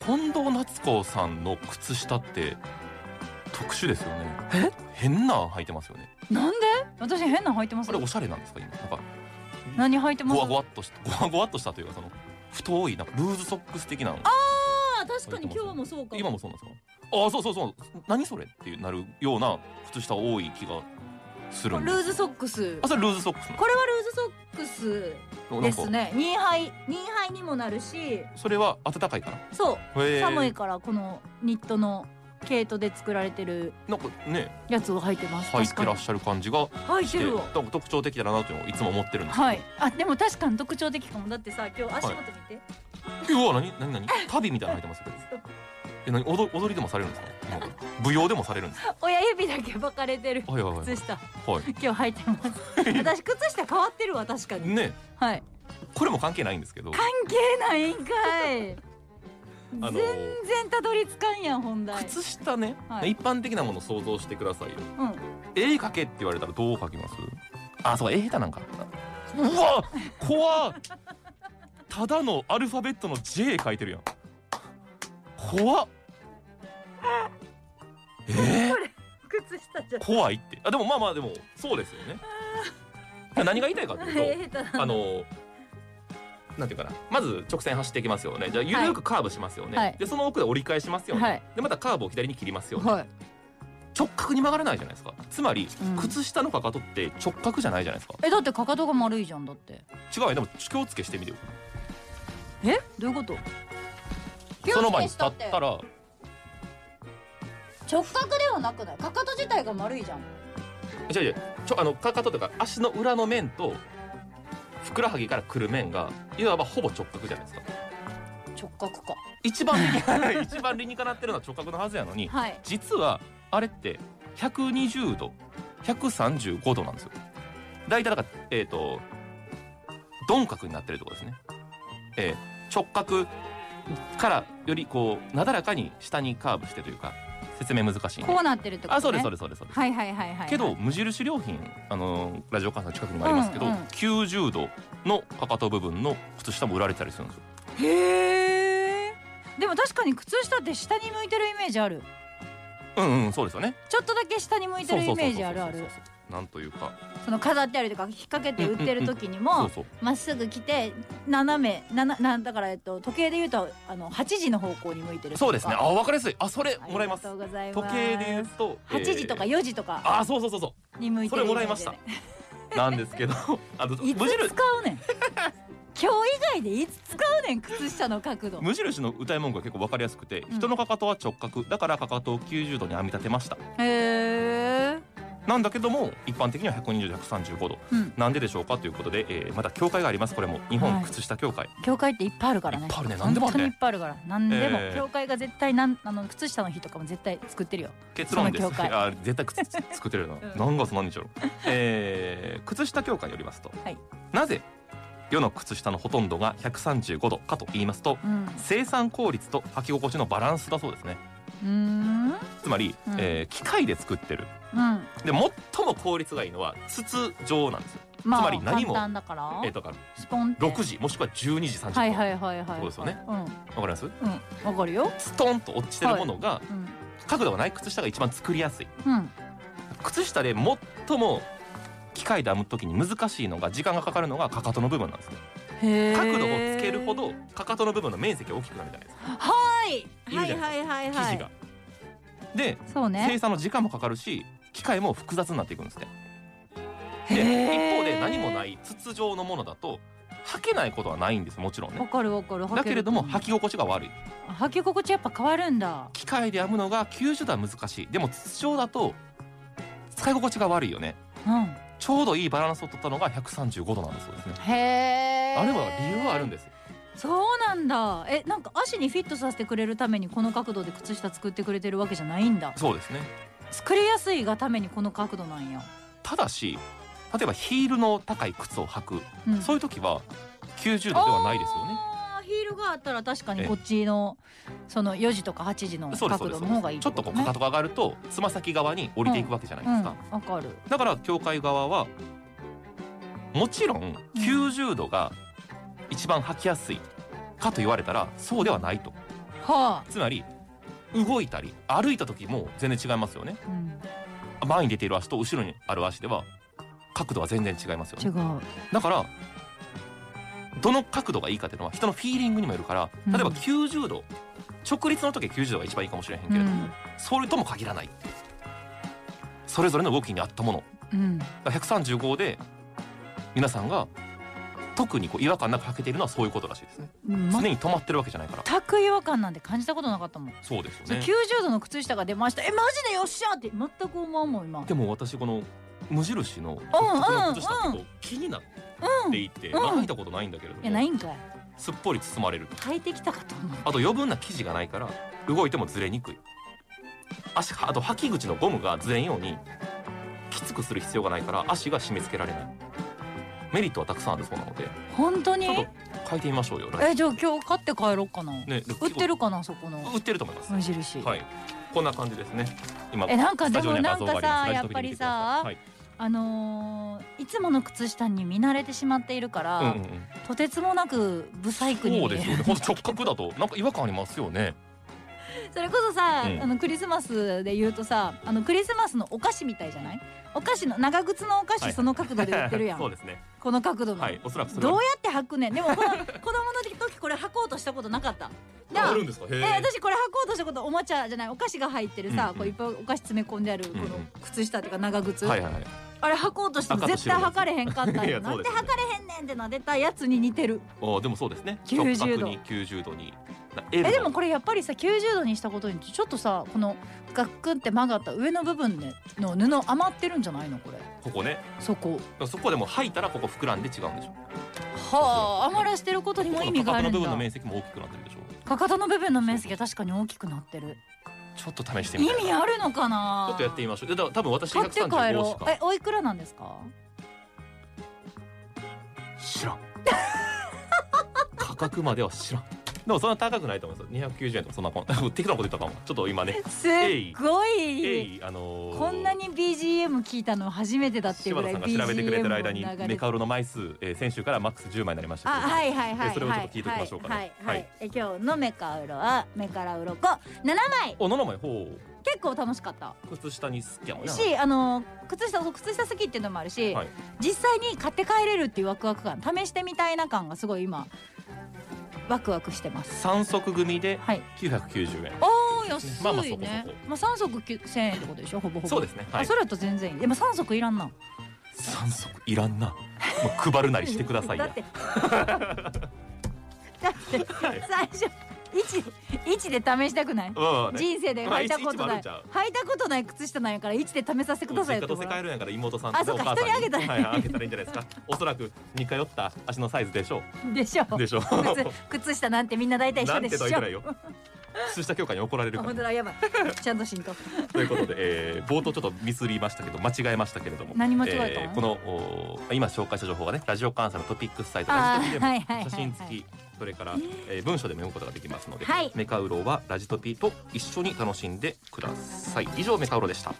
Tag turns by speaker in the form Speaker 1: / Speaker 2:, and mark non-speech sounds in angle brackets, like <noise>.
Speaker 1: 近藤夏子さんの靴下って特殊ですよね
Speaker 2: え
Speaker 1: 変なの履いてますよね
Speaker 2: なんで私変なの履いてます
Speaker 1: あれおしゃれなんですか今なんか
Speaker 2: 何履いてます
Speaker 1: ゴワゴワっとした <laughs> ゴワゴワっとしたというかその太いなんかルーズソックス的なの
Speaker 3: あ確かに今日もそうか
Speaker 1: 今もそうなんですかああそうそうそう何それってなるような靴下多い気がするん
Speaker 3: ル
Speaker 1: で
Speaker 3: ーズソックス
Speaker 1: あそれルーズソックス
Speaker 3: これはルーズソッ
Speaker 1: な
Speaker 3: クス
Speaker 1: ん
Speaker 3: です
Speaker 1: なんか
Speaker 3: ね2杯2杯にもなるし
Speaker 1: それは暖かいから
Speaker 3: そう
Speaker 1: へー
Speaker 3: 寒いからこのニットの毛糸で作られてる
Speaker 1: なんかね
Speaker 3: やつを履いてます
Speaker 1: 履い
Speaker 3: 確
Speaker 1: てら
Speaker 3: か
Speaker 1: っ
Speaker 3: に
Speaker 1: しゃる感じが
Speaker 3: 履い
Speaker 1: して
Speaker 3: てるわ
Speaker 1: なんか特徴的だなというのをいつも思ってるんです
Speaker 2: はい
Speaker 3: あでも確かに特徴的かもだってさ今日足元見て、
Speaker 1: うわ何何何旅みたいなの履いてますけどえ何踊踊りでもされるんですか今から舞踊でもされるんですか
Speaker 3: 親指だけ巻かれてる
Speaker 1: はいはいはい
Speaker 3: 靴下
Speaker 1: は
Speaker 3: 今日履いてます
Speaker 1: <laughs>
Speaker 3: 私靴下変わってるわ確か
Speaker 1: い
Speaker 3: に
Speaker 1: ね
Speaker 3: はい
Speaker 1: これも関係ないんですけど
Speaker 3: 関係ないんかい
Speaker 1: あの
Speaker 3: 全然たどり着かんやん本題
Speaker 1: 靴下ね、
Speaker 3: はい
Speaker 1: 一般的なものを想像してくださいよ
Speaker 3: うん
Speaker 1: 絵描けって言われたらどう描きますあそう絵下手なんかうわ怖っただのアルファベットの J 描いてるやん怖っえー、
Speaker 3: 靴下じゃ
Speaker 1: 怖いってあでもまあまあでもそうですよね何が言いたいかという
Speaker 3: 下手な
Speaker 1: とあのなんていうかなまず直線走っていきますよねじゃあ緩くカーブしますよね、
Speaker 2: はい
Speaker 1: でその奥で折り返しますよね、
Speaker 2: はい
Speaker 1: でまたカーブを左に切りますよね、
Speaker 2: はい
Speaker 1: 直角に曲がらないじゃないですかつまり、
Speaker 2: うん
Speaker 1: 靴下のかかとって直角じゃないじゃないですか
Speaker 2: えだってかかとが丸いじゃんだって
Speaker 1: 違うよでも気をつけしてみてよ
Speaker 2: えどういうこと
Speaker 1: その前に立ったら
Speaker 2: 直角ではなくないかかと自体が丸いじゃん
Speaker 1: 違う違うちょあのかかとというか足の裏の面とふくらはぎからくる面がいわばほぼ直角じゃないですか
Speaker 2: 直角か
Speaker 1: 一番理に一番理にかなってるのは直角のはずやの
Speaker 2: <laughs>
Speaker 1: に
Speaker 3: はい
Speaker 1: 実はあれって120度135度なんですよ大体だからえっ、と鈍角になってるところですね、えー直角からよりこうなだらかに下にカーブしてというか説明難しいね、
Speaker 2: こうなってるってことね
Speaker 1: あそうですそう
Speaker 2: で
Speaker 1: で
Speaker 2: す
Speaker 1: すそうですそうです
Speaker 2: はいはいはいはい
Speaker 1: けど無印良品あのーラジオ関西の近くにもありますけど、
Speaker 2: うんうん
Speaker 1: 90度のかかと部分の靴下も売られてたりするんですよ
Speaker 2: へえでも確かに靴下って下に向いてるイメージある
Speaker 1: うんうんそうですよね
Speaker 2: ちょっとだけ下に向いてるイメージあるあ
Speaker 1: そう
Speaker 2: る
Speaker 1: そうそうそうなんというか
Speaker 2: その飾ってあるとか引っ掛けて売ってる時に
Speaker 1: そう
Speaker 2: も
Speaker 1: そう
Speaker 2: まっすぐ来て斜めなななだからえっと時計で言うとあの8時の方向に向いてる
Speaker 1: そうですねあ分かりやすいあそれもらいます
Speaker 2: ありがとうございます
Speaker 1: 時計で言うと
Speaker 2: 8時とか
Speaker 1: えー
Speaker 2: 4時とか
Speaker 1: あそうそうそうそ
Speaker 2: に向いてる
Speaker 1: それもらいました
Speaker 2: イメージね
Speaker 1: うなんです
Speaker 2: <laughs>
Speaker 1: けどあの無
Speaker 2: いつ
Speaker 1: 印
Speaker 2: 使うねん <laughs> 今日以外でいつ使うねん靴下の角度
Speaker 1: 無印の歌い文句が結構分かりやすくて
Speaker 2: うん
Speaker 1: 人のかかとは直角だからかかとを90度に編み立てました
Speaker 2: へえ
Speaker 1: なんだけども一般的には120度135度
Speaker 2: うん
Speaker 1: なんででしょうかということで、えーまだ教会がありますこれも日本
Speaker 2: はい
Speaker 1: 靴下協会、
Speaker 2: 教会っていっぱいあるから
Speaker 1: い
Speaker 2: ね
Speaker 1: っぱいあるね何でもあ
Speaker 2: 本当
Speaker 1: る
Speaker 2: にいっ
Speaker 1: ね
Speaker 2: ぱいあるから何でも、
Speaker 1: えー
Speaker 2: 教会が絶対なんあの靴下の日とかも絶対作ってるよ
Speaker 1: 結論です
Speaker 2: その教
Speaker 1: <laughs>
Speaker 2: 会
Speaker 1: あ絶対靴作ってるな、
Speaker 2: うん
Speaker 1: 何月何
Speaker 2: <laughs>
Speaker 1: 日やろ、えー、靴下協会によりますと、
Speaker 2: はい
Speaker 1: なぜ世の靴下のほとんどが135度かと言いますと
Speaker 2: うんう
Speaker 1: 生産効率と履き心地のバランスだそうですね
Speaker 2: ーんうん
Speaker 1: つまり、
Speaker 2: うん
Speaker 1: えー機械で作ってるで最も効率がいいのは筒状なんですよ、
Speaker 2: まあ
Speaker 1: つまり何も
Speaker 2: 簡単だから、
Speaker 1: えー、だから
Speaker 2: スポンって
Speaker 1: 6時もしくは12時30分、
Speaker 2: はいはいはいはい
Speaker 1: そうですよね
Speaker 2: うん
Speaker 1: わかります
Speaker 2: うんわかるよ
Speaker 1: ストンと落ちてるものが、
Speaker 2: うん
Speaker 1: 角度がない靴下が一番作りやすい
Speaker 2: うん
Speaker 1: 靴下で最も機械で編む時に難しいのが時間がかかるのがかかとの部分なんですね
Speaker 2: へえ
Speaker 1: 角度をつけるほどかかとの部分の面積が大きくなるじゃないですか
Speaker 3: はい
Speaker 1: いるじゃな
Speaker 3: はいはいはい
Speaker 1: 生地が、で
Speaker 2: そうね
Speaker 1: 生産の時間もかかるし機械も複雑になっていくんですね
Speaker 2: へ
Speaker 1: で
Speaker 2: ー
Speaker 1: 一方で何もない筒状のものだと履けないことはないんですもちろん
Speaker 2: わ
Speaker 1: ね
Speaker 2: かるわかる履
Speaker 1: だけれども
Speaker 2: る
Speaker 1: 履き心地が悪い
Speaker 2: 履き心地やっぱ変わるんだ
Speaker 1: 機械で編むのが90度は難しいでも筒状だと使い心地が悪いよね
Speaker 2: うん
Speaker 1: ちょうどいいバランスを取ったのが135度なんだそうですね
Speaker 2: へえ
Speaker 1: あれは理由はあるん
Speaker 2: だ
Speaker 1: です
Speaker 2: そうなんだえなんか足にフィットさせてくれるためにこの角度で靴下作ってくれてるわけじゃないんだ
Speaker 1: そうですね
Speaker 2: 作りやすいがためにこの角度なんや、
Speaker 1: ただし例えばヒールの高い靴を履く、
Speaker 2: うん
Speaker 1: そういう時は90度ではないですよね
Speaker 2: あーヒールがあったら確かにこっちのその4時とか8時の
Speaker 1: そうですそ
Speaker 2: 角
Speaker 1: うで
Speaker 2: 度
Speaker 1: す
Speaker 2: の方がいい
Speaker 1: ちょっとこうかか
Speaker 2: と
Speaker 1: とが上がるとつま先側に降りていくわけじゃない
Speaker 2: ね
Speaker 1: です
Speaker 2: うん
Speaker 1: か、
Speaker 2: わかる
Speaker 1: だから教会側はもちろん90度が一番履きやすいかと言われたらそうではないと
Speaker 2: は
Speaker 1: つまり動いたり歩いた時も全然違いますよね
Speaker 2: あ、うん、
Speaker 1: 前に出ている足と後ろにある足では角度は全然違いますよ
Speaker 2: 違
Speaker 1: ね
Speaker 2: う
Speaker 1: だからどの角度がいいかっていうのは人のフィーリングにもよるから例えば
Speaker 2: うん
Speaker 1: 90度、直立の時は90度が一番いいかもしれへんけれども、それとも限らないっていうそれぞれの動きに合ったもの
Speaker 2: うん、うん、
Speaker 1: だから135で皆さんが特にこう違和感なく履けているのはそういうことらしいですね常
Speaker 2: 全
Speaker 1: に止まってるわけじゃないから
Speaker 2: く違和感なんて感じたことなかったもん、
Speaker 1: そうですよ
Speaker 2: そう
Speaker 1: ね
Speaker 2: 90度の靴下が出ましたえマジでよっしゃって全く思わんもん今
Speaker 1: でも私この無印の
Speaker 2: うんうん
Speaker 1: この靴下結構気になっていて、
Speaker 2: うん
Speaker 1: まあ履いたことないんだけれど
Speaker 2: いやな
Speaker 1: も
Speaker 2: いんかい
Speaker 1: すっぽり包まれる
Speaker 2: 履いてきたかと思う
Speaker 1: あと余分な生地がないから動いてもずれにくい足あと履き口のゴムがずれんようにきつくする必要がないから足が締め付けられないメリットはたくさんあるそうなので
Speaker 2: 本当
Speaker 1: ちょっと
Speaker 2: に
Speaker 1: 変えてみましょうよ来
Speaker 2: えじゃあ今日買って帰ろうかな、
Speaker 1: ねで
Speaker 2: 売ってるかなそこの
Speaker 1: 売ってると思います
Speaker 2: 無印、
Speaker 1: はいこんな感じですね今
Speaker 2: えなんか
Speaker 1: ス
Speaker 2: で
Speaker 1: タジオ
Speaker 2: も
Speaker 1: に
Speaker 2: な
Speaker 1: は
Speaker 2: ん
Speaker 1: 画像が
Speaker 2: か
Speaker 1: あ
Speaker 2: さ
Speaker 1: り
Speaker 2: や
Speaker 1: ます
Speaker 2: っぱり
Speaker 1: ラ
Speaker 2: さ
Speaker 1: イ
Speaker 2: あのーいつもの靴下に見慣れてしまっているから、
Speaker 1: ト見てみてくださいはいうんうんうん
Speaker 2: とてつもなくブサイクに
Speaker 1: そう
Speaker 2: 見
Speaker 1: で
Speaker 2: え
Speaker 1: すよ
Speaker 2: る
Speaker 1: ね本当直角だとなんか違和感ありますよね
Speaker 2: <laughs> それこそさ、
Speaker 1: うん
Speaker 2: あのクリスマスで言うとさあのクリスマスのお菓子みたいじゃないお菓子の長靴のお菓
Speaker 1: はい
Speaker 2: 子その角度で売ってるや
Speaker 1: <laughs>
Speaker 2: ん、
Speaker 1: そうですね
Speaker 2: この角度の、
Speaker 1: はいおそらくそれ
Speaker 2: どうや
Speaker 1: は
Speaker 2: って履くねんでもこの子供の時これ履こうとしたことなかっただか
Speaker 1: あ
Speaker 2: ら
Speaker 1: るんですかへ
Speaker 2: え
Speaker 1: ー
Speaker 2: 私これ履こうとしたことおもちゃじゃないお菓子が入ってるさ、
Speaker 1: うんうん
Speaker 2: こういっぱいお菓子詰め込んであるこ
Speaker 1: うんう
Speaker 2: の
Speaker 1: ん
Speaker 2: 靴下とか長靴、
Speaker 1: はいはいはい
Speaker 2: あれ履こうとしても
Speaker 1: 赤と
Speaker 2: 絶
Speaker 1: 白
Speaker 2: 対
Speaker 1: のやつ
Speaker 2: 履かれへんかった
Speaker 1: <laughs>
Speaker 2: ん
Speaker 1: い
Speaker 2: よ
Speaker 1: や
Speaker 2: な
Speaker 1: そ
Speaker 2: ん
Speaker 1: うで
Speaker 2: で
Speaker 1: す
Speaker 2: 履
Speaker 1: よ
Speaker 2: か
Speaker 1: ね
Speaker 2: れへんねんってな出たやつに似てる
Speaker 1: あーでもそうですね
Speaker 2: 90度
Speaker 1: 直角に90度にな L
Speaker 2: え
Speaker 1: の
Speaker 2: でもこれやっぱりさ90度にしたことによってちょっとさこのガックンって曲がった上の部分での布余ってるんじゃないのこれ
Speaker 1: ここね
Speaker 2: そこ
Speaker 1: そこでも吐いたらここ膨らんで違うんでしょ
Speaker 2: はあ余らしてることに
Speaker 1: こ
Speaker 2: も
Speaker 1: この
Speaker 2: 意味
Speaker 1: か
Speaker 2: が
Speaker 1: かと
Speaker 2: ある
Speaker 1: の部
Speaker 2: ん
Speaker 1: 分の
Speaker 2: だ
Speaker 1: 面積も大きくなってるでしょ
Speaker 2: かかとの部分の面積が確かに大きくなってる
Speaker 1: ちょっと試して
Speaker 2: 意
Speaker 1: みたい
Speaker 2: 味
Speaker 1: な
Speaker 2: あるのかな
Speaker 1: ちょっとやってみましょうでだから多分私
Speaker 2: 買って帰
Speaker 1: 135し
Speaker 2: ろう
Speaker 1: か
Speaker 2: えおいくらなんですか
Speaker 1: 知らん価格までは知らんでもそんな高くないと思います290円とかそんな <laughs> こん適当なこと言ったかもちょっと今ね
Speaker 2: すっご
Speaker 1: え
Speaker 2: い
Speaker 1: いあのー
Speaker 2: こんなに BGM 聞いたの初めてだっていう
Speaker 1: 柴
Speaker 2: ぐ
Speaker 1: 田
Speaker 2: らい
Speaker 1: さんが
Speaker 2: BGM
Speaker 1: 調べてくれてる間に
Speaker 2: の流れ
Speaker 1: メカウロの枚数、えー先週からマックス10枚になりましたけ
Speaker 2: あ
Speaker 1: れども
Speaker 2: はいはいはい
Speaker 1: えそれをちょっと聞いておきましょうかね
Speaker 2: はいはい、はい
Speaker 1: はい
Speaker 2: え今日のメカウロはメカラウロコ7枚
Speaker 1: お7枚ほ
Speaker 2: 結構楽しかった
Speaker 1: う靴下に好きやもんな
Speaker 2: しあの靴下靴下好きっていうのもあるし、
Speaker 1: はい
Speaker 2: 実際に買って帰れるっていうワクワク感試してみたいな感がすごい今ワクワクしてます
Speaker 1: 3足組で
Speaker 2: はい
Speaker 1: 990円
Speaker 2: おー安いね
Speaker 1: まあまあそこそこ
Speaker 2: まあ3足1000円ってことでしょほぼほぼ
Speaker 1: そうですねは
Speaker 2: あ
Speaker 1: い
Speaker 2: それだと全然いいでも3足いらんな
Speaker 1: 3足いらん
Speaker 2: <laughs>
Speaker 1: なもう配るなりしてください
Speaker 2: だ
Speaker 1: や
Speaker 2: ってだって
Speaker 1: はい
Speaker 2: 最初1で試したくない
Speaker 1: うんね
Speaker 2: 人生で履いたことな
Speaker 1: まあいちいち
Speaker 2: い、
Speaker 1: もあるんちゃう
Speaker 2: 履いたことない靴下なんやから一で試させてください
Speaker 1: 実家
Speaker 2: よ
Speaker 1: と世界
Speaker 2: っ
Speaker 1: るんやから妹さん
Speaker 2: あ
Speaker 1: と
Speaker 2: そう
Speaker 1: お
Speaker 2: か
Speaker 1: 母さん
Speaker 2: 人にあげたらいい
Speaker 1: はいあげたらいいんじゃないですかおそらく似通った足のサイズでしょ
Speaker 2: てでしょ
Speaker 1: うでしょう
Speaker 2: 靴靴下なんてみんな大体一
Speaker 1: な
Speaker 2: 緒
Speaker 1: ん
Speaker 2: で
Speaker 1: て
Speaker 2: し
Speaker 1: と
Speaker 2: ょ
Speaker 1: は言ってないよ靴下協会に怒られる
Speaker 2: あ
Speaker 1: から
Speaker 2: <laughs> 本当だやばいちゃんと浸透
Speaker 1: ということで、えー冒頭ちょっとミスりましたけど間違えましたけれども
Speaker 2: 何間違えたの
Speaker 1: このおー今紹介した情報がねラジオ関西のトピックスサイト
Speaker 2: あー
Speaker 1: ラジトピでも
Speaker 2: はいはいはいはい
Speaker 1: 写真付きそれから、えー文章でも読むことができますので、
Speaker 2: はい
Speaker 1: メカウロはラジトピと一緒に楽しんでください以上メカウロでした